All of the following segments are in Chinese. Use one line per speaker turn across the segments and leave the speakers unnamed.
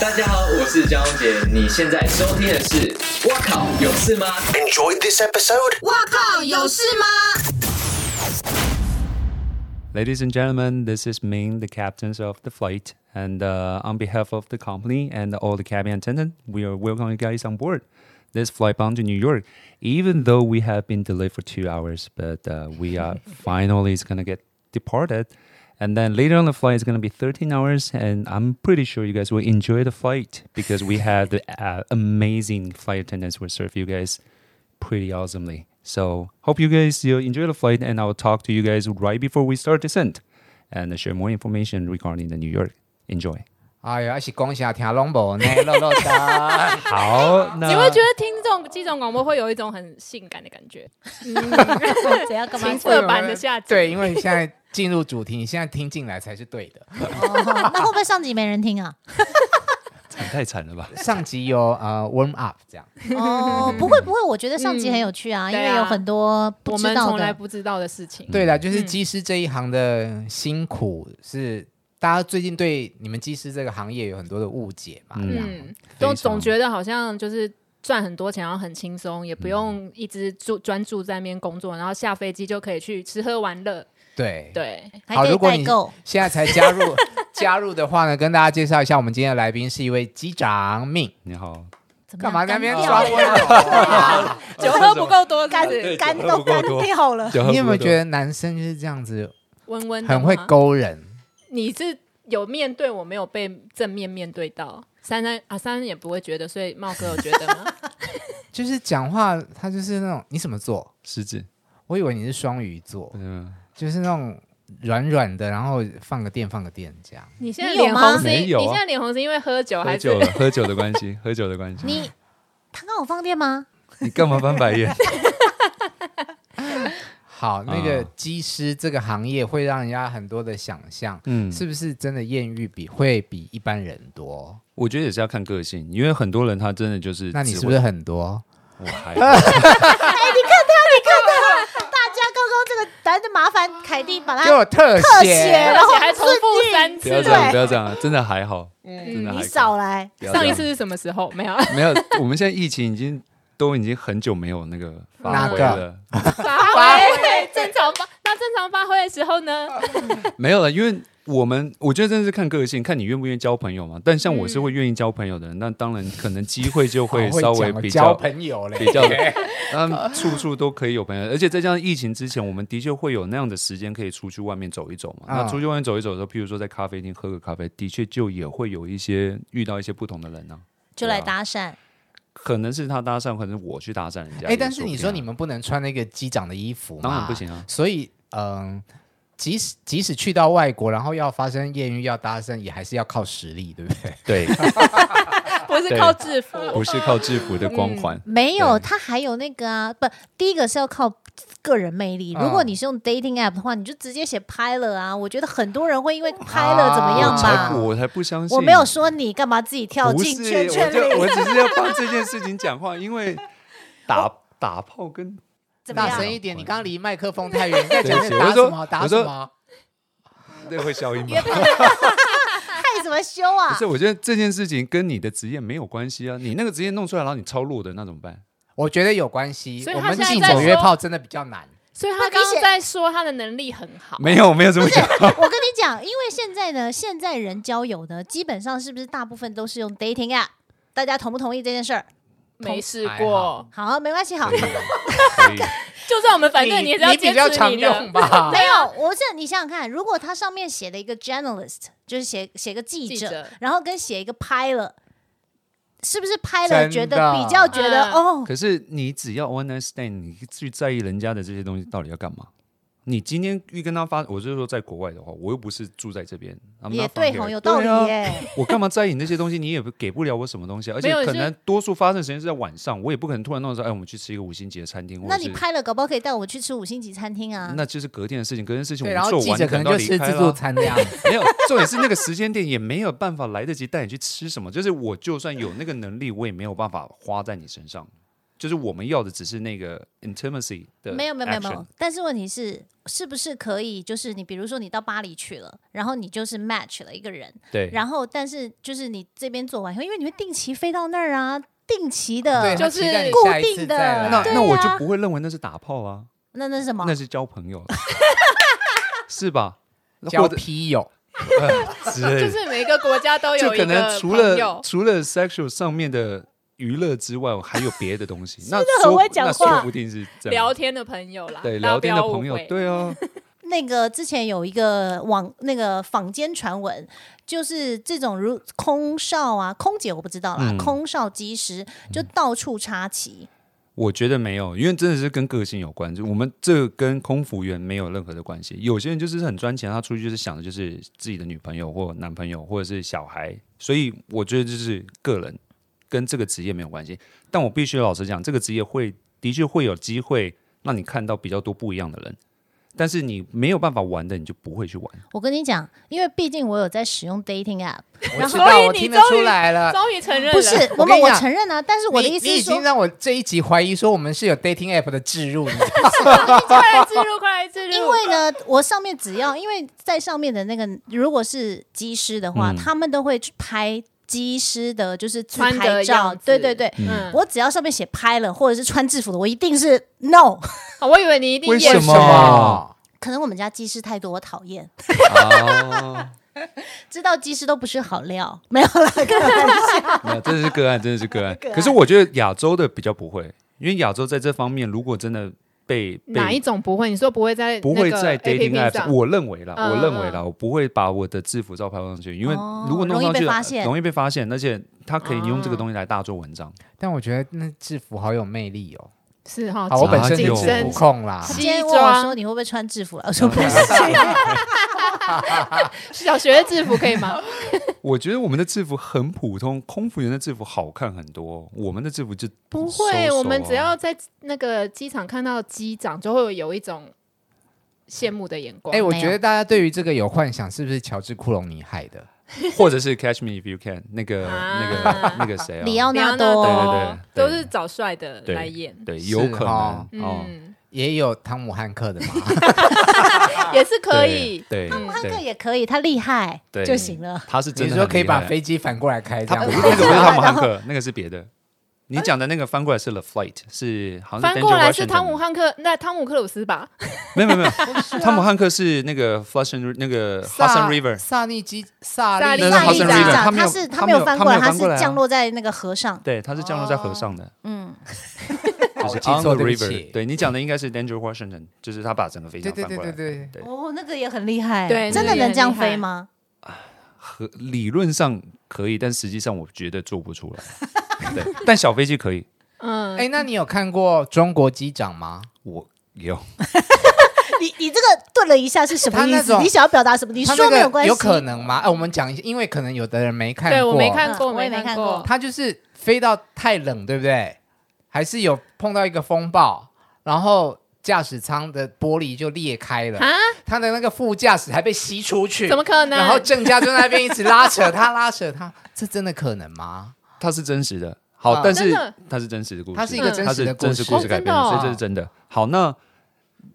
大家好，我是江宏杰，你现在收听的是《我靠有事吗》。
Enjoyed this episode?
哇靠，有事吗？
Ladies and gentlemen, this is Ming, the captain of the flight. And uh, on behalf of the company and all the cabin attendant, we are welcoming you guys on board this flight bound to New York. Even though we have been delayed for two hours, but uh, we are finally is going to get departed. And then later on the flight is going to be 13 hours. And I'm pretty sure you guys will enjoy the flight because we have the uh, amazing flight attendants will serve you guys pretty awesomely. So hope you guys you enjoy the flight, and I'll talk to you guys right before we start descent, and share more information regarding the New York. Enjoy.
哎呀，是讲啥听拢无呢？乐乐哒，
好，
你会觉得听众这种广播会有一种很性感的感觉，
怎嗯样干嘛
情？色版的下集。
对，因为你现在进入主题，你现在听进来才是对的。
哦那会不会上集没人听 啊？
太惨了吧？
上集有呃 warm up 这样，
哦，不会不会，我觉得上集很有趣啊，
嗯
因
对
为
啊
有很多
我
不知
们
道
从来
的。
不知道的事情。
对了，就是技师这一行的辛苦是。大家最近对你们技师这个行业有很多的误解嘛？
嗯
嗯，
非常
都总觉得好像就是赚很多钱，然后很轻松，也不用一直注专注在那边工作，然后下飞机就可以去吃喝玩乐。
对，
对，
还
好，
可以
如果
代
你
购，
现在才加入加入的话呢，跟大家介绍一下，我们今天的来宾是一位机长命，
你好，
怎么样
干嘛那边
嗯干
抓
掉
温柔？
酒喝不够多，
干
是
干都干掉了？
你有没有觉得男生就是这样子，
温温的
很会
吗。
勾人？
你是有面对我没有被正面面对到，珊珊啊，珊珊也不会觉得，所以茂哥有觉 得吗？
就是讲话他就是那种你什么座？
狮子？
我以为你是双鱼座，
嗯，
就是那种软软的，然后放个电放个电这样。
你现在
你有
脸
吗
红是因
没有啊
你现在脸红是因为喝酒
喝
还是
酒了，喝酒的关系，喝酒的关系。
你他刚好放电 吗？
你干嘛翻白 眼？
好，那个
啊
机师这个行业会让人家很多的想象，
嗯，
是不是真的艳遇比会比一般人多？
我觉得也是要看个性，因为很多人他真的就是，
那你是不是？很多？
我还 好
大家刚刚这个，咱就麻烦凯蒂把
给
它
我特
啊特写，
写，
然
而
后
且还重复
顺
三
不
次
要这样，
对
不要这样，真的还好，真的
嗯
还
你
好
少来，
不要这
上一
样
次是什么时候？没有，
没有，我们现在疫情已经都已经很久没有那个发
哪
挥
个
了。
发挥 正常发。那正常发挥的时候 呢？
没有了，因为我们我觉得真的是看个性，看你愿不愿意交朋友嘛。但像我是会愿意交朋友的人，那当然可能机会就会
好
稍微
讲哦
比
交
较
朋友嘞，
比 较，嗯，处处都可以有朋友，而且再加上疫情之前，我们的确会有那样的时间可以出去外面走一走嘛。
啊
那出去外面走一走的时候，譬如说在咖啡厅喝个咖啡，的确就也会有一些遇到一些不同的人呢、
就来搭讪。
可能是他搭讪，可能是我去搭讪人家。
哎、但是你说你
们
们不能穿那个机长的衣服嘛？
啊当然不行啊。
所以，嗯，即使即使去到外国，然后要发生艳遇、要搭讪，也还是要靠实力，对不对？
对，
不是靠制服，
不是靠制服的光环。
没有，他还有那个啊，不，第一个是要靠个人魅力。
啊
嗯
如果你是用 dating app 的话，你就直接写拍了啊。我觉得很多人会因为拍了怎么嗯样
我才
吧？
不我才不相信。
我没有说你干嘛自己跳
不
进
是，
圈圈
我就
里，
我只是要帮这件事情讲话，因 为打打炮跟
怎么
大
样
声？一点，你刚刚离麦克风太远，你在
对
讲
不起
打
我
什
说
么？打
我
什
说
么？
那会消音吗？
害什么羞
不
啊
是，？我觉得这件事情跟你的职业没有关系啊。你那个职业弄出来，然后你超弱的，那怎么办？
我觉得有关系
所。以
我
他
们
现在
禁
在
酒约
说
炮真的比较难。
所以他刚刚在说他的能力很好。
没有，没有这么讲。
我跟你讲，因为现在呢，现在人交友呢，基本上是不是大部分都是用 dating app？大家同不同意这件事儿？
没试
还
过
好，
好，没关系，好
可。以可以
就算我们反对也是要
你比
坚
较
持
常
啊你
用
的。
吧？
没
啊
有，我是你想想看，如果它上面写了一个 journalist，就是写写个记者，
记者
然后跟写一个拍了，是不是拍
真
了
的
觉得比较觉得、
嗯
哦，
可是你只要 one night stand，你去在意人家的这些东西到底要干嘛？你今天遇跟他发，我是说在国外的话，我又不是住在这边，I'm not
也
from
对
here
吼，有道理
对啊
耶。
我干嘛在意你那些东西？你也给不了我什么东西啊，而且
没有
可
是
能多数发生的时间是在晚上，我也不可能突然弄说，哎，我们去吃一个五星级的餐厅，或
那
者
你啊
是哎
拍了，搞不好可以带我去吃五星级餐厅啊。
那就是隔天的事情，隔天的事情
对，
我
然
们
后
做
记
完，
者
你
可能
能要
就吃
离开
自助
了。
餐这 样子。
没有，重点是那个时间点也没有办法来得及带你去吃什么，就是我就算有那个能力，我也没有办法花在你身上。就是我们要的只是那个 intimacy 的，
没有没有没有没有，，但是问题是，是不是可以就是你比如说你到巴黎去了，然后你就是 match 了一个人，
对，
然后但是就是你这边做完以后，因为你会定期飞到那儿啊，定期的
对，
就
他期待
是
你下一
固
次
定的
再来
那
对
那我就
啊
不会认为那是打炮 啊，
那那是什么
那？是交朋友，是吧？
交
或者呃
批友，
之类
就
的，
是每个国家都
就
有一
可
个
能除
朋
了
友。
除了 sexual 上面的娱乐之外，我还有别的东 西。那
是的
说
很会讲
那说
话
不定是这
聊
样，
天的朋友啦，
对
大
聊
家不
天的
要误
朋友
会，
对啊，
那个之前有一个网那个坊间传闻，就是这种如空少啊，空姐我不知道啦，
嗯
空少机师就到处插旗，
我觉得没有，因为真的是跟个性有关。就我们这个跟空服员没有任何的关系。有些人就是很赚钱，他出去就是想的就是自己的女朋友或男朋友或者是小孩，所以我觉得就是个人跟这个职业没有关系。但我必须老实讲，这个职业会的确会有机会让你看到比较多不一样的人，但是你没有办法玩的，你就不会去玩。
我跟你讲，因为毕竟我有在使用 dating app，
我知
所以
道，我
你
听得
终
出
于
来
啊
了。
终于承认了，
不是，
我
我
跟
们
你
我
讲
承认啊，但是我的
你
意思
你
是
已经
说，
让我这一集怀疑说我们是有 dating app 的置入，你知道吗
快来自入，快来自入，
因为呢，我上面只要因为在上面的那个如果是机师的话，
嗯
他们都会去拍机师的，就是自
穿的
拍照
样，子
对对对。
嗯，
我只要上面写拍了，或者是穿制服的，我一定是 no。
好我以为你一定
为
也
什
是
么哦
可能我们家技师太多，我讨厌，
啊，
知道技师都不是好料，没有啦，开玩笑
没有，真的是个案，真的是个案。
个案
可是我觉得亚洲的比较不会，因为亚洲在这方面如果真的被被
哪一种不会？你说不会在
不会在 dating
A
app，
P P
上
上？
我认为啦，
嗯
我认为啦，我不会把我的制服照拍上去，因为
哦
如果弄上
容易
去
被发现
容易被发现，而且他可以用这个东西来大做文
哦
章。
但我觉得那制服好有魅力哦。
是哈，
好，我本身
紧
是
有
制
身
服控啦
他，
西
今天问我
装
说你会不会穿制服了，我说
哦
不是，
小学的制服可以吗？
我觉得我们的制服很普通，空服员的制服好看很多，哦我们的制服就
不
收
会，
手啊
我们只要在那个机场看到机长，就会有一种羡慕的眼光。
哎，我
没有
觉得大家对于这个有幻想，是不是乔治库隆尼害的？
啊或者是 Catch Me If You Can 那个那个
啊
那个谁啊，
里奥纳
对
多，
对对
都是找帅的来演，
对，
是
有可
哦
能哦，
嗯，
也有汤姆汉克 的嘛？
也是可以。
对，对
汉克
对
也可以，他厉害
对
就行了。
他是真
你
的
说
很
可以
厉
把
害
飞机反过来开这
他
样
不是
吗？
那个不是汤姆汉克，那个是别的。你讲的那个翻过来是 The Flight，是好像
翻
是
过来是
Denzel Washington
汤姆汉克，那汤姆克鲁斯吧？
没有没有没有， 汤姆汉克是那个 Flush and 那个 Hudson River，
啊萨利基萨
萨
利
利那是
萨利
Hudson
机
River，他
长，
没有
是
他
他
没有
翻
他
过
没有
来，他
翻过来
是
啊
降落在那个河上。
对，他是降落在河上的，
嗯，
就是 On
哦记
the
错对不起
River。对你讲的应该是 Danger Washington，就是他把整个飞机
对对
翻
对
过来
对。对，
对
哦，那个也很厉害，
对
真的
那个也
能
很
这样
厉害
飞吗？
和理论上可以，但实际上我觉得做不出来。对，但小飞机可以，
嗯，
哎，那你有看过中国机长吗？
我有。
你你这个顿了一下是什么
他
意
那
思？
种
你想要表达什么？你
他
说没
那
有
个
关系，
有可能吗？哎，我们讲一下，因为可能有的人没看过，
对我没看过，
嗯我也没看过
过。
它就是飞到太冷，对不对？还是有碰到一个风暴，然后驾驶舱的玻璃就裂开了，
啊？
他的那个副驾驶还被吸出去，
怎么可能？
然后郑家就在那边一直拉扯他，拉扯他， 这真的可能吗？
它是真实的。好，
啊
但是
真的
它是真实的故事，
它是一个真实的
它是真实
故
故事
事
哦
改编的，
真的哦
所以这是真的。好，那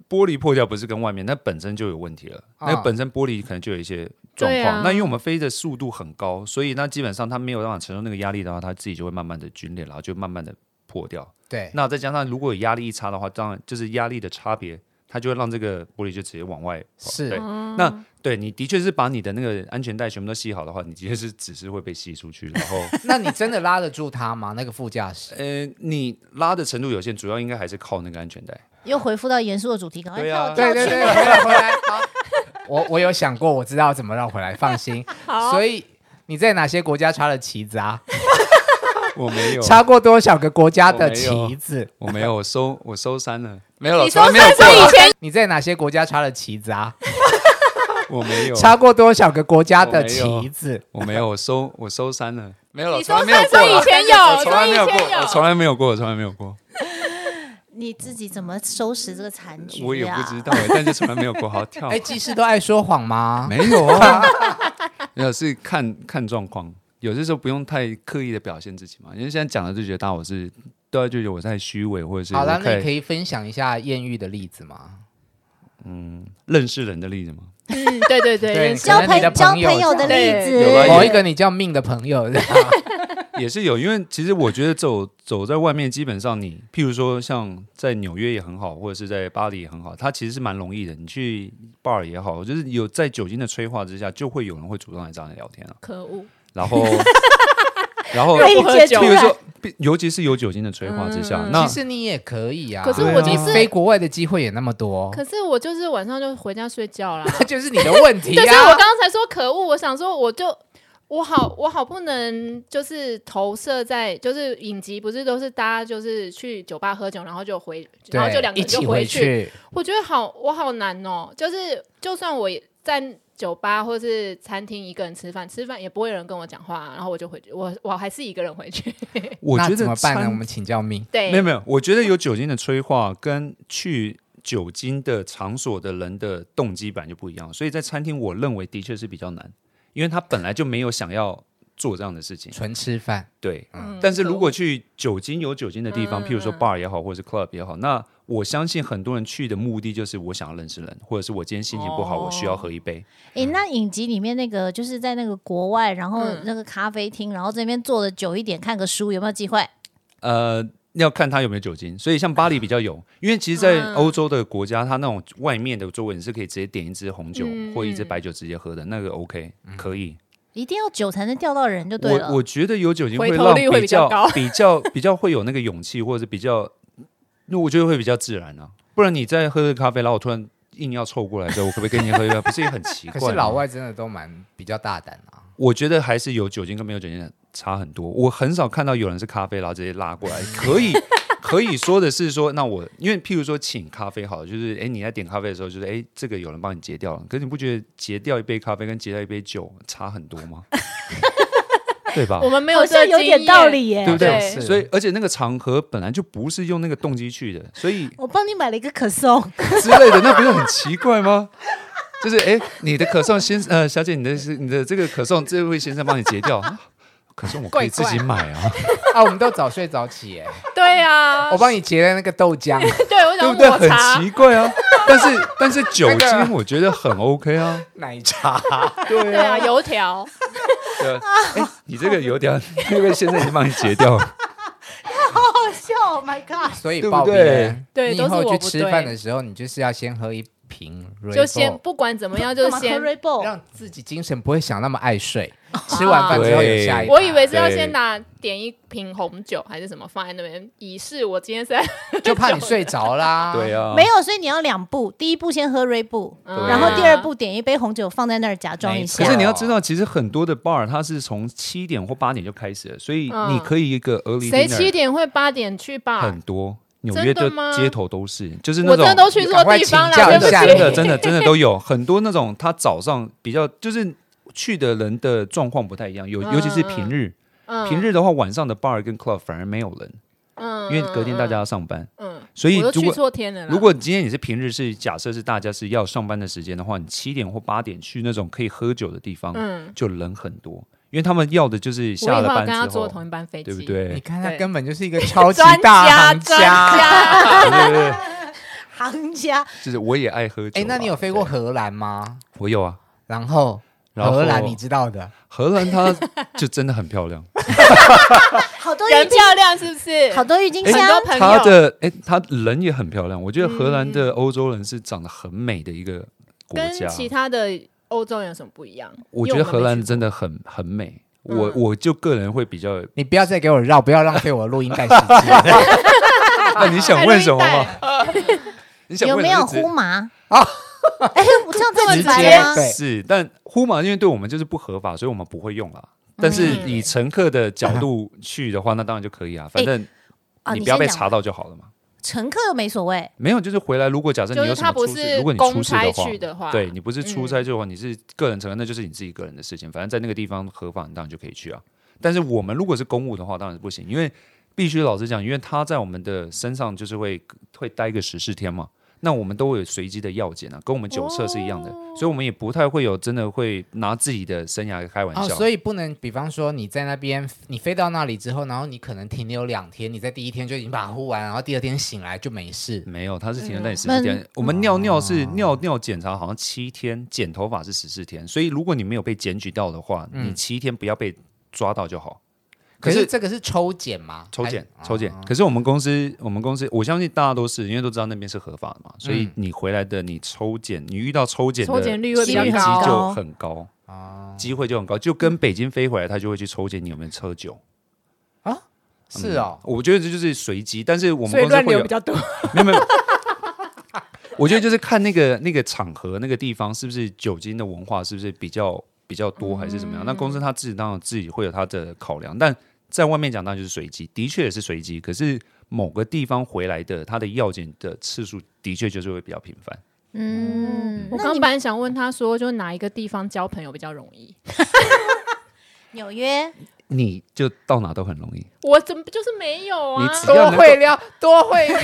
玻璃破掉不是跟外面，那本身就有问题了。
啊
那本身玻璃可能就有一些状
对
况。
啊
那因为我们飞的速度很高，所以那基本上它没有办法承受那个压力的话，它自己就会慢慢的皲裂，然后就慢慢的破掉。
对，
那再加上如果有压力一差的话，当然就是压力的差别，它就会让这个玻璃就直接往外跑。
是
对，
嗯
那对你的确是把你的那个安全带全部都系好的话，你的确是只是会被吸出去，然后。
那你真的拉得住他吗？那个副驾 驶？
呃，你拉的程度有限，主要应该还是靠那个安全带。
又回复到严肃的主题，赶快
对
跳
啊
对
跳
对对，
去。
回来回来， 好，我我有想过，我知道怎么绕回来，放心。所以你在哪些国家插了旗子啊？
我没有
插过多少个国家的
我没有
旗子？
我没有，我收我收山 了，没有了，
你
从来
说
没有过
三岁以
啦，
前
你在哪些国家插了旗子啊？
我没有，
插过多少个国家的
我没
旗
有
子？
我没有，我收我收山了，没有
你说三岁以前有，
我从来没有
所以以前
过，我从来没有过，我从来没有过，
你自己怎么收拾这个残局
我也不
啊
知？道哎，但就从来没有过，好 跳
哎，，技师都爱说谎吗？
没有 啊，没有是看看状况，有些时候不用太刻意的表现自己嘛，因为现在讲了就觉得大家我是对啊，就有我在虚伪，或者是
好
我
了，那你可
以
以分享一下艳遇的例子吗？
认识人的例子吗？
嗯，对对对，
对
人生
交
可能
朋
你的
交
朋
朋
友
友的例
对
有啊
子，
某一个你叫命的朋 友，这样
也是有，因为其实我觉得走走在外面，基本上你，譬如说像在纽约也很好，或者是在巴黎也很好，它其实是蛮容易的。你去 bar 也好，就是有在酒精的催化之下，就会有人会主动来找你聊天了、啊
可恶，
然 后，然 后，
被
不喝
解
酒
出
譬如
来
说，尤其是有酒精的催化之下，
嗯
那
其实你也可以啊。
可是
对
我
啊
就
你
是，
飞国外的机会也那么多，
可是我就是晚上就回家睡觉啦。
那就是你的问 题
对，所以我
啊
刚。刚才说可恶，我想说我就。我好，我好不能就是投射在，就是影集不是都是大家就是去酒吧喝酒，然后就回，然后就两个
一
人就
起
回去。
去，
我觉得好，我好难哦。就是就算我也在酒吧或是餐厅一个人吃饭，吃饭也不会有人跟我讲话、然后我就回去，我我还是一个人 回去。
我觉
那
得
怎么办呢？
餐
我们请教命。
对，
没有没有，我觉得有酒精的催化跟去酒精的场所的人的动机本来就不一样，所以在餐厅我认为的确是比较难，因为他本来就没有想要做这样的事情。
纯吃饭，
对，
嗯
但是如果
可恶
去酒精有酒精的地方，
嗯
譬如说
嗯
bar 也好，或者是 club 也好，那我相信很多人去的目的就是我想要认识人，或者是我今天心情不好，
哦
我需要喝一杯。
诶，那影集里面那个就是在那个国外，然后
嗯
那个咖啡厅，然后这边坐的久一点，看个书，有没有机会？
呃，要看它有没有酒精，所以像巴黎比较有，因为其实，在
嗯
欧洲的国家，它那种外面的桌位你是可以直接点一支红酒
嗯
或一支白酒直接喝的，那个 OK
嗯
可以。
一定要酒才能钓到人就对了。
我我觉得有酒精
哦回头
让
率会
比
比
较
较高
比较比较会有那个勇气，或者是比较，那我觉得会比较自然啊。不然你在喝个咖啡，然后我突然硬要凑过来，说我可不可以跟你喝一杯，不 是也很奇
可
怪吗？
是老外真的都蛮比较大胆啊。
我觉得还是有酒精跟没有酒精的差很多。我很少看到有人是咖啡，然后直接拉过来。可以 可以说的是说，那我因为譬如说请咖啡好了，就是诶你在点咖啡的时候，就是诶这个有人帮你结掉了，可是你不觉得结掉一杯咖啡跟结掉一杯酒差很多吗？ 对吧
我？们没有
好
这个
像有
经
点
验
道理耶、
对不对？
对
所以而且那个场合本来就不是用那个动机去的，所以
我帮你买了一个可 颂，
之类的，那不是很奇怪吗？就是哎，诶你的可颂先呃，小姐，你的是你的这个可颂，这位先生帮你结掉，啊可颂我可以自己买啊，
啊，我们都早睡早起 耶。
对啊，
我帮你截了那个豆 浆，
对我
对
想
不对？
抹
很
茶，
奇怪啊，但是但是酒
那
精我觉得很 OK 啊，
奶茶，
对
对啊，油 条，
对啊，哎，你这个油条那位先生已经帮你结掉 了，
好笑！Oh my god！
所以
对不
爆别人。
对
你以
都
后
是
去
我不
吃
对
饭的时候，你就是要先喝一瓶 Red Bull，
就先不管怎么样，就
干
是
嘛喝
先。
Red Bull？
让自己精神不会想那么爱睡。吃完饭之后有下
对
一趴，
哦我以为是要
对
先拿点一瓶红酒还是什么放在那边，以示我今天是在
就怕你睡 着啦。
对
啊，
啊，
没有，所以你要两步，第一步先喝 Red Bull，、
嗯啊
对
然后第二步点一杯红酒放在那儿假装一
没
可
下
错。
是你要知道，其实很多的 bar 它是从七点或八点就开始了，所以
嗯
你可以一个 early
谁七
dinner
点会八点去吧
很？多。纽
真
约
的
的
吗
街头都是，就是那
我
种
真的都去错地方了，
赶快
真
对
请
不
的
假
起。
一下
真的真的真的都有很多那种，他早上比较就是去的人的状况不太一样，有
嗯
尤其是平日，
嗯
平日的话晚上的 bar 跟 club 反而没有人，
嗯
因为隔天大家要上班，
嗯，嗯
所以
我都
如
去
果
错天了啦。
如果今天你是平日是假设是大家是要上班的时间的话，你七点或八点去那种可以喝酒的地方，
嗯，
就人很多，因为他们要的就是
我
下
以
了
后
班
跟他
之
坐
后，
同一班飞机，
对不
你
对？
看他
对
根本就是一个超级
专
大
家
行
专家，
对对对，
行家
就是我也爱喝酒啊。
哎，那你有飞过
对？
荷兰吗？
我有啊，
然后
然后
荷兰你知道的，
荷兰它就真的很漂亮。
好多
人
郁金，
漂亮是不是？
好多郁金
很
香。
多朋
他
友
的哎、他人也很漂亮。我觉得荷兰的欧洲人是长得很美的一个国
跟
家。
其他的欧洲人有什么不一样？
我觉得荷兰真的很很美。我我就个人会比较，
你不要再给我绕，不要浪费我录音带 时间。
那 你想问什么
哎录音
吗？你 想
有
问
没
的
有
是直
呼 麻？
啊
啊，哎，我这样这么
直
白
接
吗？
对
是，但呼马因为对我们就是不合法，所以我们不会用啦。但是
嗯
以乘客的角度去的话，那当然就可以啊，反正
啊，
你
你
不要
先
被
讲
查到就好了嘛。
乘客又没所谓，
没有，就是回来，如果假设你
就
有
是
什
他
么
不
出事，
是
如果你出
公
事的
差
话，
去的话，
对你不是出
嗯
差就话，你是个人承认，那就是你自己个人的事情。反正在那个地方合法，你当然就可以去啊。但是我们如果是公务的话，当然是不行，因为必须老实讲，因为他在我们的身上就是会会待个十四天嘛。那我们都会有随机的药检啊，跟我们酒测是一样的，
哦
所以我们也不太会有真的会拿自己的生涯开玩
哦，
笑。啊
所以不能，比方说你在那边，你飞到那里之后，然后你可能停留两天，你在第一天就已经把它呼完，然后第二天醒来就没事。
没有，它是停留
哎
在你十四天。我们尿尿是尿尿检查，好像七天；剪头发是十四天。所以如果你没有被检举到的话，
嗯
你七天不要被抓到就好。
可
可
是
是
这个是抽检吗？
抽检，
哎
还
抽检。
啊
可是我们公司，我们公司，我相信大家都是，因为都知道那边是合法的嘛，所以
嗯
你回来的，你抽检，你遇到抽检的
抽检率会比较
危机
高哦啊
就很高，机会就很高，就跟北京飞回来，他就会去抽检你有没有喝酒。
是哦，
我觉得这就是随机，但是我们
所以
公司
乱
会
流
有
比较多。
没有没有。 我觉得就是看那个那个场合、那个地方是不是酒精的文化是不是比较比较多，还是怎么样？那公司他自己当然自己会有他的考量，但在外面讲当然就是随机，的确也是随机。可是某个地方回来的，他的药检的次数的确就是会比较频繁。
嗯，
我
那
刚
你
本来想问他说，就是哪一个地方交朋友比较容易？
纽约
你就到哪都很容易，
我怎么就是没有啊
你？只要能
多
够
会撩，多 会撩。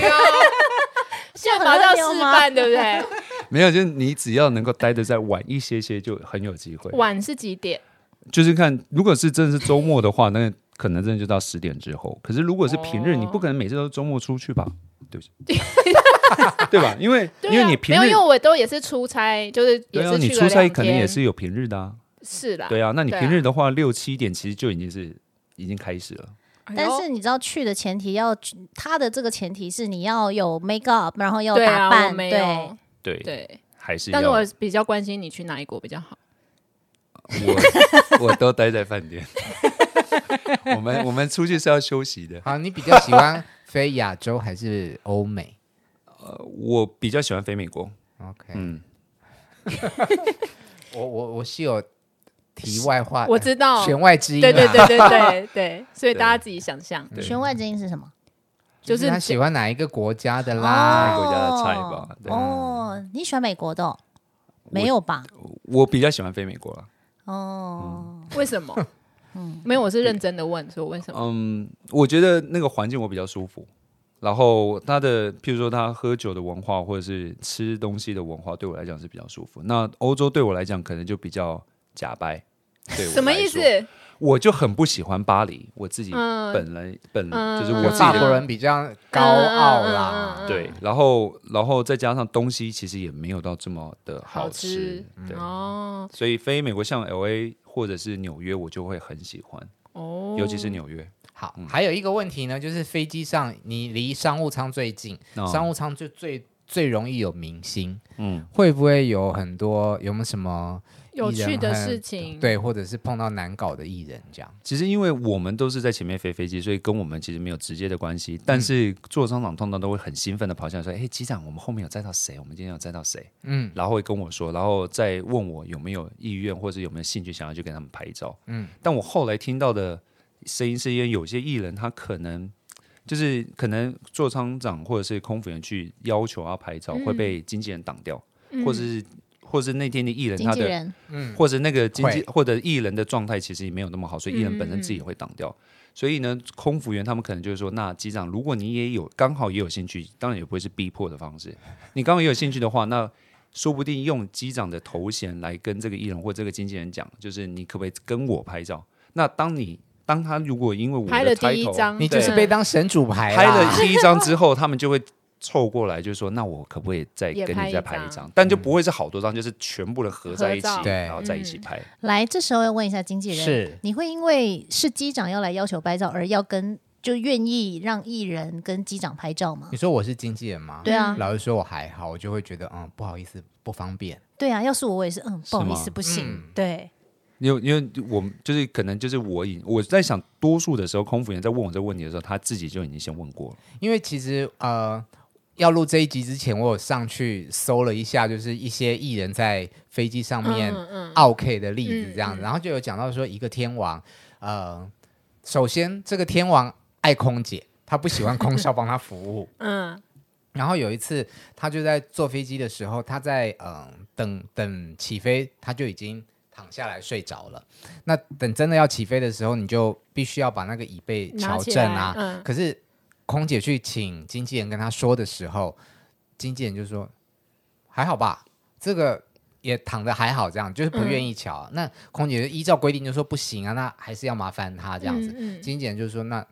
现在马上示范，对不对？
没有，就是你只要能够待得再晚一些些，就很有机会。
晚是几点？
就是看，如果是真的是周末的话，那可能真的就到十点之后。可是如果是平日，
哦
你不可能每次都周末出去吧？对不起， 对吧？因为、
对啊
因为你平
没有，
日
因为我都也是出差，就是也
对啊，
是
你
去了
出差
两
可能也
天
是有平日的啊。
是啦，
对啊，那你
对啊
平日的话，六七点其实就已经是已经开始了。
哎呦，
但是你知道去的前提要，他的这个前提是你要有 make up，然后要
对啊，
打
我
扮，
没
对,、
有，
对，
对，
还是要啊
但是 我比较关心你去哪一国比较好。
我我都待在饭店。 我们我们出去是要休息的。
好，你比较喜欢飞亚洲还是欧美
我比较喜欢飞美国，
？OK，
嗯，
我我我是有题外
哎
话，
我知道，
弦外之音啊。
对对对 对对对，所以大家自己想象，
对
弦外之音是什么？
就
就是是哦
他喜欢哪一个国家的啦。
哪个国家的菜吧对
哦，你喜欢美国的哦、没有吧？
我比较喜欢飞美国了。
哦，
为 什么？嗯，没有，我是认真的问，说为什么？
嗯，我觉得那个环境我比较舒服，然后他的譬如说他喝酒的文化或者是吃东西的文化，对我来讲是比较舒服。那欧洲对我来讲可能就比较假掰，对我
什么
来
意思
说？我就很不喜欢巴黎，我自己
嗯
本来、本
嗯
就是
我
我自己
法
的
国人比较高傲啦。
嗯嗯嗯嗯嗯
对，然后然后再加上东西其实也没有到这么的
好
吃嗯
吃，
对，
哦
所以飞美国像 L A 或者是纽约，我就会很喜欢，
哦，
尤其是纽约。
好，还有一个问题呢，就是飞机上你离商务舱最近，
哦
商务舱就最最容易有明星，
嗯，
会不会有很多有没有什么
有
艺人
趣的
很
事情，，
对，或者是碰到难搞的艺人这样？
其实因为我们都是在前面飞飞机，所以跟我们其实没有直接的关系。但是做商场通常都会很兴奋的跑向说：“哎，机长，我们后面有载到谁？我们今天有载到谁？”
嗯，
然后会跟我说，然后再问我有没有意愿或者有没有兴趣想要去跟他们拍照。嗯，但我后来听到的声音是因为有些艺人他可能。就是可能座舱长或者是空服员去要求要拍照，会被经纪人挡掉，或者是或者是那天的艺人
经
他
纪
的
人
或者那个经济
会
或者艺人的状态其实也没有那么好，所以艺人本
嗯
身自己也会挡掉。所以呢，空服员他们可能就是说，那机长，如果你也有刚好也有兴趣，当然也不会是逼迫的方 式。你刚好也有兴趣的话，那说不定用机长的头衔来跟这个艺人或这个经纪人讲，就是你可不可以跟我拍照？那当你当他如果因为我的
拍了第一
title
张，
你就是
嗯对
被当神主牌
拍
啦
了第一张之后，他们就会凑过来，就说：“那我可不可以再
也
跟
拍
你
一
再拍一
张
张？”但就不会是好多张，就是全部人合在一起
合照，
对
然后在一起拍。
来，这时候要问一下经纪人，
是
你会因为是机长要来要求拍照而要跟就愿意让艺人跟机长拍照吗
你？说我是经纪人吗？
对啊，
老实说，我还好，我就会觉得嗯，不好意思，不方便。
对啊，要是我我也是，嗯，不好意
是
思，
吗
不行，对，
因为因为我们就是可能就是我已我在想，多数的时候空服员在问我这个问题的时候，他自己就已经先问过了。
因为其实呃，要录这一集之前，我有上去搜了一下，就是一些艺人在飞机上面
嗯嗯
OK 的例子
嗯
这样子，
嗯
然后就有讲到说一个天王，呃，首先这个天王爱空姐，他不喜欢空少帮他服务。
嗯，
然后有一次，他就在坐飞机的时候，他在嗯、呃等等起飞，他就已经躺下来睡着了。那等真的要起飞的时候，你就必须要把那个椅背
拿
调
起
正
来
啊。
嗯
可是空姐去请经纪人跟他说的时候，经纪人就说还好吧，这个也躺的还好，这样就是不愿意瞧。那空姐就依照规定就说不行啊，那还是要麻烦他这样子。
嗯嗯
经纪人就说那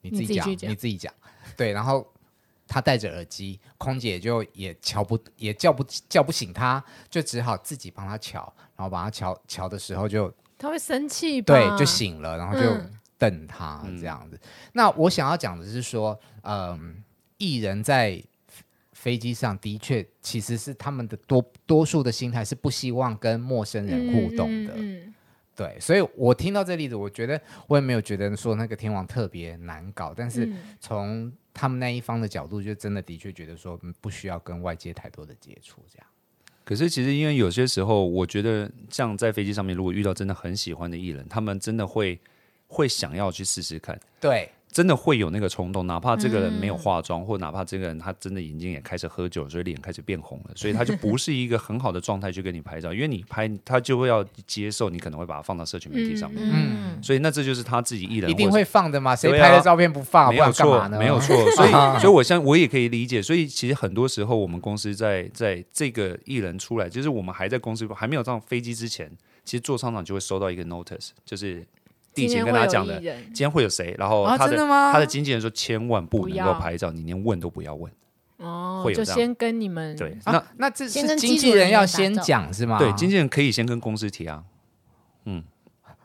你
你
自己
自己
讲，
去讲
你自己讲。对，然后他戴着耳机，空姐就也瞧不也叫不叫不醒他，就只好自己帮他瞧，然后把他瞧瞧的时候就
他会生气吧？
对，就醒了，然后就
嗯
瞪他这样子。那我想要讲的是说，嗯，艺人在飞机上的确其实是他们的多多数的心态是不希望跟陌生人互动的，
嗯
对。所以我听到这例子，我觉得我也没有觉得说那个天王特别难搞，但是
嗯
从他们那一方的角度，就真的的确觉得说嗯不需要跟外界太多的接触，这样。
可是其实因为有些时候，我觉得像在飞机上面，如果遇到真的很喜欢的艺人，他们真的会会想要去试试看，
对，
真的会有那个冲动，哪怕这个人
嗯
没有化妆，或哪怕这个人他真的眼睛也开始喝酒，所以脸开始变红了，所以他就不是一个很好的状态去跟你拍照，因为你拍他就会要接受你可能会把他放到社群媒体上面，
嗯，
所以那这就是他自己艺人
一定
或者
会放的嘛，谁
对啊
拍的照片不放，
没
不
有
然干嘛
错，
呢？啊
没有错，所以所以我相我也可以理解，所以其实很多时候我们公司在在这个艺人出来，就是我们还在公司还没有上飞机之前，其实做商场就会收到一个 notice，就是地
今
勤
天
跟
会
他
有
讲
艺
的，
人哦
今天会有谁，然后
啊
他
真的吗
他的经纪人说千万不
不
能
要
够拍照，你连问都不要问，
哦
会，有
就
这样
先跟你们
对，
啊
那
那这
先
是
跟
经
技
纪
术人
人要
员
先
打照
讲是吗？
对 经纪人可以先跟公司提啊，嗯，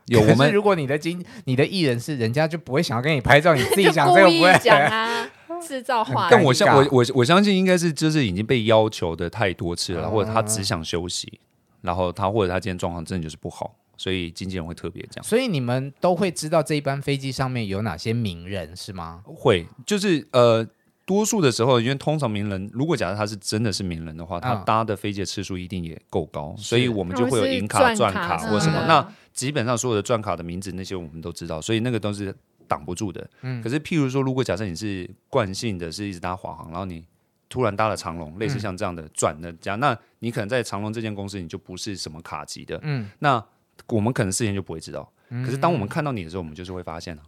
有
可是
我们
如果你的经你的艺人是人家就不会想要跟你拍照，你自己
就
讲
故
这个不
意讲
会。嗯
啊，制造话
尴
但
题。
我相
尬
我我我相信应该是就是已经被要求的太多次了，
啊
或者他只想休息，然后他或者他今天状况真的就是不好，所以经纪人会特别这样。
所以你们都会知道这一班飞机上面有哪些名人是吗？
会就是呃，多数的时候，因为通常名人，如果假设他是真的是名人的话，他
嗯
搭的飞机的次数一定也够高，
是
所以我们就会有银
他
卡、
们是
钻
钻
卡
卡
或什么
嗯。
那基本上所有的钻卡的名字那些我们都知道，所以那个都是挡不住的。
嗯
可是譬如说，如果假设你是惯性的，是一直搭华航，然后你。突然搭了长龙，类
嗯
似像这样的转的这样，那你可能在长龙这间公司你就不是什么卡级的，
嗯
嗯，那我们可能事先就不会知道。可是当我们看到你的时候，我们就是会发现啊，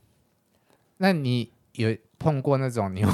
那你有碰过那种你会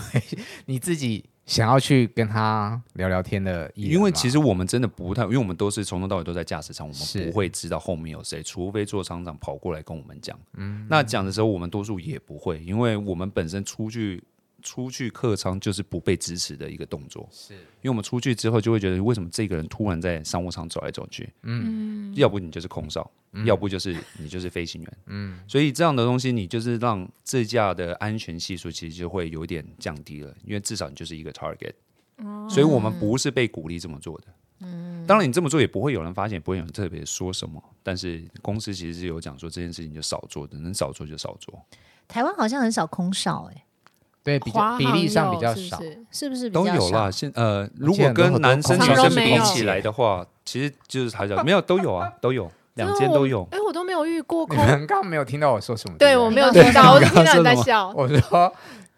你自己想要去跟他聊聊天的艺人吗？
因为其实我们真的不太，因为我们都是从头到尾都在驾驶舱，我
是
们不会知道后面有谁，除非做商场跑过来跟我们讲。嗯，那讲的时候我们多数也不会，因为我们本身出去出去客舱就是不被支持的一个动作。是，因为我们出去之后就会觉得，为什么这个人突然在商务舱走来走去？嗯，要不你就是空少，要不就是你就是飞行员。嗯，所以这样的东系，你就是让这架的安全系数其实就会有一点降低了，因为至少你就是一个 target。所以我
嗯
们不是被鼓励这么做的。嗯当然你这么做也不会有人发现，也不会有人特别说什么。但是公司其实是有讲说这件事情就少做的，能少做就少做，
台湾好像很少空少，哎，
对比
华
较
航
比例上比较
有是不
少，
是
是不是比较
都有
少
啦。？现呃，
我
如
记得
果
很多
跟男生
很
女
多
生
空姐
比起来的话，其实就是还小，没有都有啊，都有两间都有。
哎、我都没有遇过
你
空，
们刚刚没有听到我说什么？
对
不
我没有
对
听
啊
到，我只听到你在
你刚刚说
笑。
我说。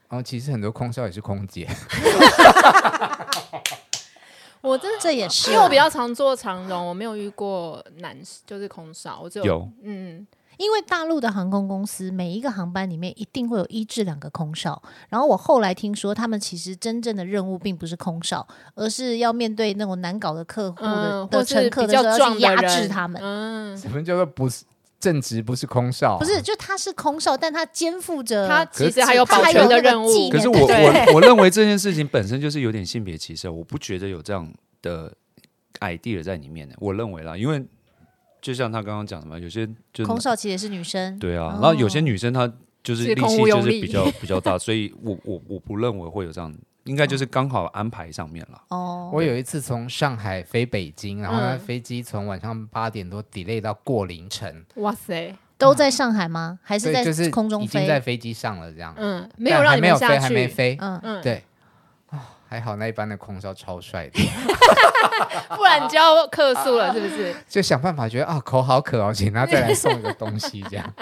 哦，其实很多空少也是空姐，
我真的，
这也是啊，
因为我比较常做长荣，我没有遇过男，就是空少，我只有
有
嗯，
因为大陆的航空公司每一个航班里面一定会有一至两个空少，然后我后来听说他们其实真正的任务并不是空少，而是要面对那种难搞的客户的、
嗯，
的
或
乘
是
客
比
的时
较
候要
壮
去
的
压
人
制他们。
嗯，
什么叫做不是正职不是空少啊？
不是，就他是空少，但他肩负着
他
可
其
是
实还有
他
保
还有
全
那
的
个
任
技
务
可
能
是我我我认为这件事情本身就是有点性别歧视，我不觉得有这样的 idea 在里面的。我认为啦，因为就像他刚刚讲的嘛，有些就是
空少其实也是女生。
对啊
哦，
然后有些女生她就是
是
力
空
气就
无用
是
力
比较 比较大，所以我我我不认为会有这样，应该
哦
就是刚好安排上面
啊
了。
哦，
我有一次从上海飞北京，然后呢，
嗯
飞机从晚上八点多 delay 到过凌晨，
哇塞，
都在上海吗？还是
所以就是
在空中
已经
飞？
在飞机上了这样，
嗯，没
但
有让
啊还
你
没
们
有飞，
下
还没
去，
飞，
嗯，
嗯，
对啊还好那一班的空少超帅的，
不然你就要客诉了，是不是？
就想办法觉得啊口好渴哦，请他再来送一个东西这样。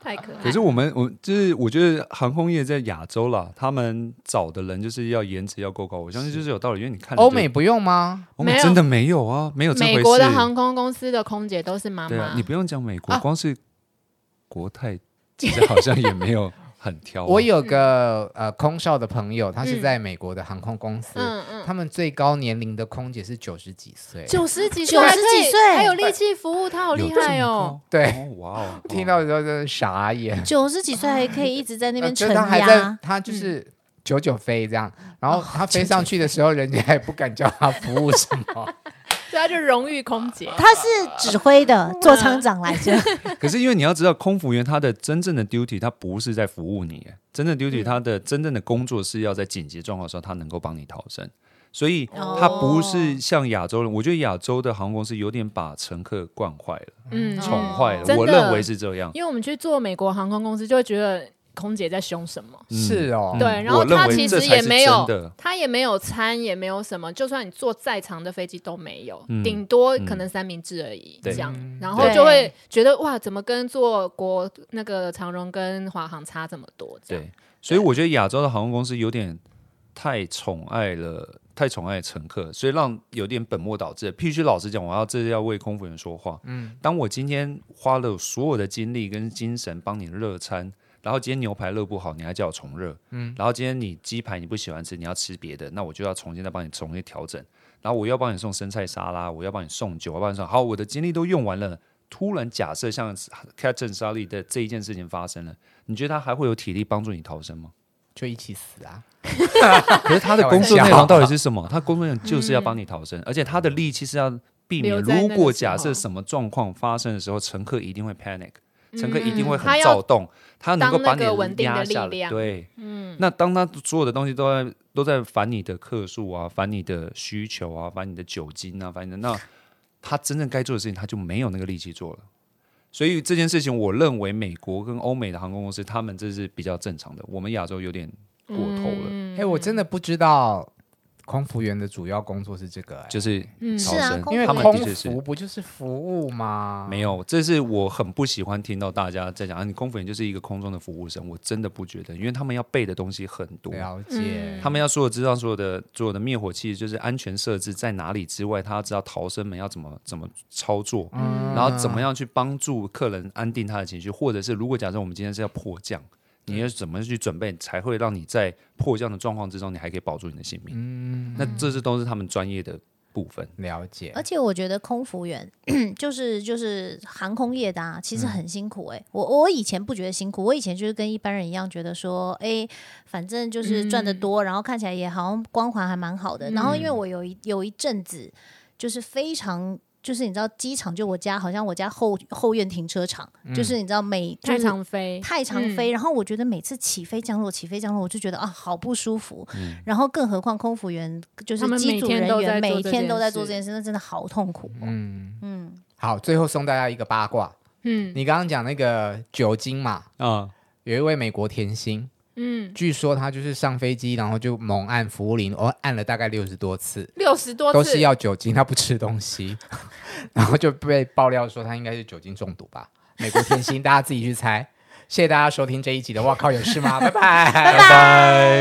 太可爱了。
可是我们我就是我觉得航空业在亚洲啦，他们找的人就是要颜值要够高，我相信就是有道理，因为你 看
欧美不用吗？
欧美
没有
真的没有啊，没有这回事。
美国的航空公司的空姐都是妈
对啊
妈，
你，不用讲美国，
啊
光是国泰其实好像也没有很挑啊。
我有个呃空少的朋友，他是
嗯
在美国的航空公司，
嗯嗯，
他们最高年龄的空姐是九十几岁。
九十几
90
还可以
几岁
还有力气服务，他好厉害
有这
哦。
么高，
对
哦哇 哦，
听
哦
到的时候真的傻眼，
九十几岁还可以一直在那
那
边承
呃他还在
压，，嗯哦
他就是九九飞这样，然后他飞上去的时候，人家也不敢叫他服务什 么。
对，啊他就荣誉空姐，
他是指挥的，做厂长来着。
可是因为你要知道，空服员他的真正的 duty，他不是在服务你，真正 duty 他的真正的工作是要在紧急状况的时候，他能够帮你逃生。所以
哦
他不是像亚洲人，我觉得亚洲的航空公司有点把乘客惯坏了、
嗯，
宠坏了，
真的
我认为是这样。
因为我们去做美国航空公司，就会觉得空姐在凶什么。
嗯
是哦，
对，然后
我认
他
为
其
这
实
才
也
是
没有
真的，
他也没有餐，也没有什么，就算你坐再长的飞机都没有，
嗯
顶多
嗯
可能三明治而已，
对
这样
嗯，
然后
对
就会觉得哇，怎么跟坐国那个长荣跟华航差这么多？这样
对，所以我觉得亚洲的航空公司有点太宠爱了，太宠爱乘客，所以让有点本末倒置。必须老实讲，我要这要为空服员说话。嗯，当我今天花了所有的精力跟精神帮你热餐。然后今天牛排热不好，你还叫我重热，嗯。然后今天你鸡排你不喜欢吃，你要吃别的，那我就要重新再帮你重新调整。然后我要帮你送生菜沙拉，我要帮你送酒，我要帮你送。好，我的精力都用完了。突然假设像 Captain Sally 的这一件事情发生了，你觉得他还会有体力帮助你逃生吗？
就一起死啊！
可是他的工作内容到底是什么？ 他工作内容就是要帮你逃生，而且他的力气是要避免。
嗯留在那
如
个
果假
时
设
候
什么状况发生的时候，乘客一定会 panic，乘客
嗯
一定会
他
很
要
躁动，他能够把
当那个稳
你
定的
压
力
下来。
量
对，嗯。那当他所有的东西都在都在烦你的客数啊，烦你的需求啊，烦你的酒精啊，烦你的那他真正该做的事情，他就没有那个力气做了。所以这件事情，我认为美国跟欧美的航空公司，他们这是比较正常的。我们亚洲有点过头了，
嗯
哎，我真的不知道空服员的主要工作是这
嗯
个，哎
就是
嗯
逃
是啊
生，
空
因为
他
服
们
空
的确
服
是
不就是服务吗？
没有，这是我很不喜欢听到大家在讲，啊你空服员就是一个空中的服务生，我真的不觉得，因为他们要背的东西很多。
了解，
他们要所有知道所有的所有的灭火器就是安全设置在哪里之外，他要知道逃生门要怎么怎么操作，然后怎么样去帮助客人安定他的情绪，或者是如果假设我们今天是要迫降，你要怎么去准备，才会让你在迫降的状况之中，你还可以保住你的性命。那这是都是他们专业的部分。
嗯
了解
而。且我觉得空服员 就是就是航空业的啊，其实很辛苦哎、我我以前不觉得辛苦，我以前就是跟一般人一样，觉得说，哎，反正就是赚得多，然后看起来也好像光环还蛮好的。然后因为我有一有一阵子就是非常。就是你知道，机场就我家，好像我家后后院停车场，就是你知道每
太
就是
常飞，
太常飞，然后我觉得每次起飞降落、起飞降落，我就觉得啊，好不舒服。然后更何况空服员就
他
是
们
机
每
组
天
人
都
员，
在做
每
这
天
件
都在
事
做这件事，那真的好痛苦、哦。
嗯，
嗯，
好，最后送大家一个八卦。
嗯
你刚刚讲那个酒精嘛，
啊、
有一位美国甜心，
嗯，
据说她就是上飞机，然后就猛按服务铃，我、按了大概六十多次，
六十多
都
次
是要酒精，她不吃东西， 然后就被爆料说她应该是酒精中毒吧。美国甜心，大家自己去猜。谢谢大家收听这一集的《哇靠有事吗》，拜拜，拜拜。
拜。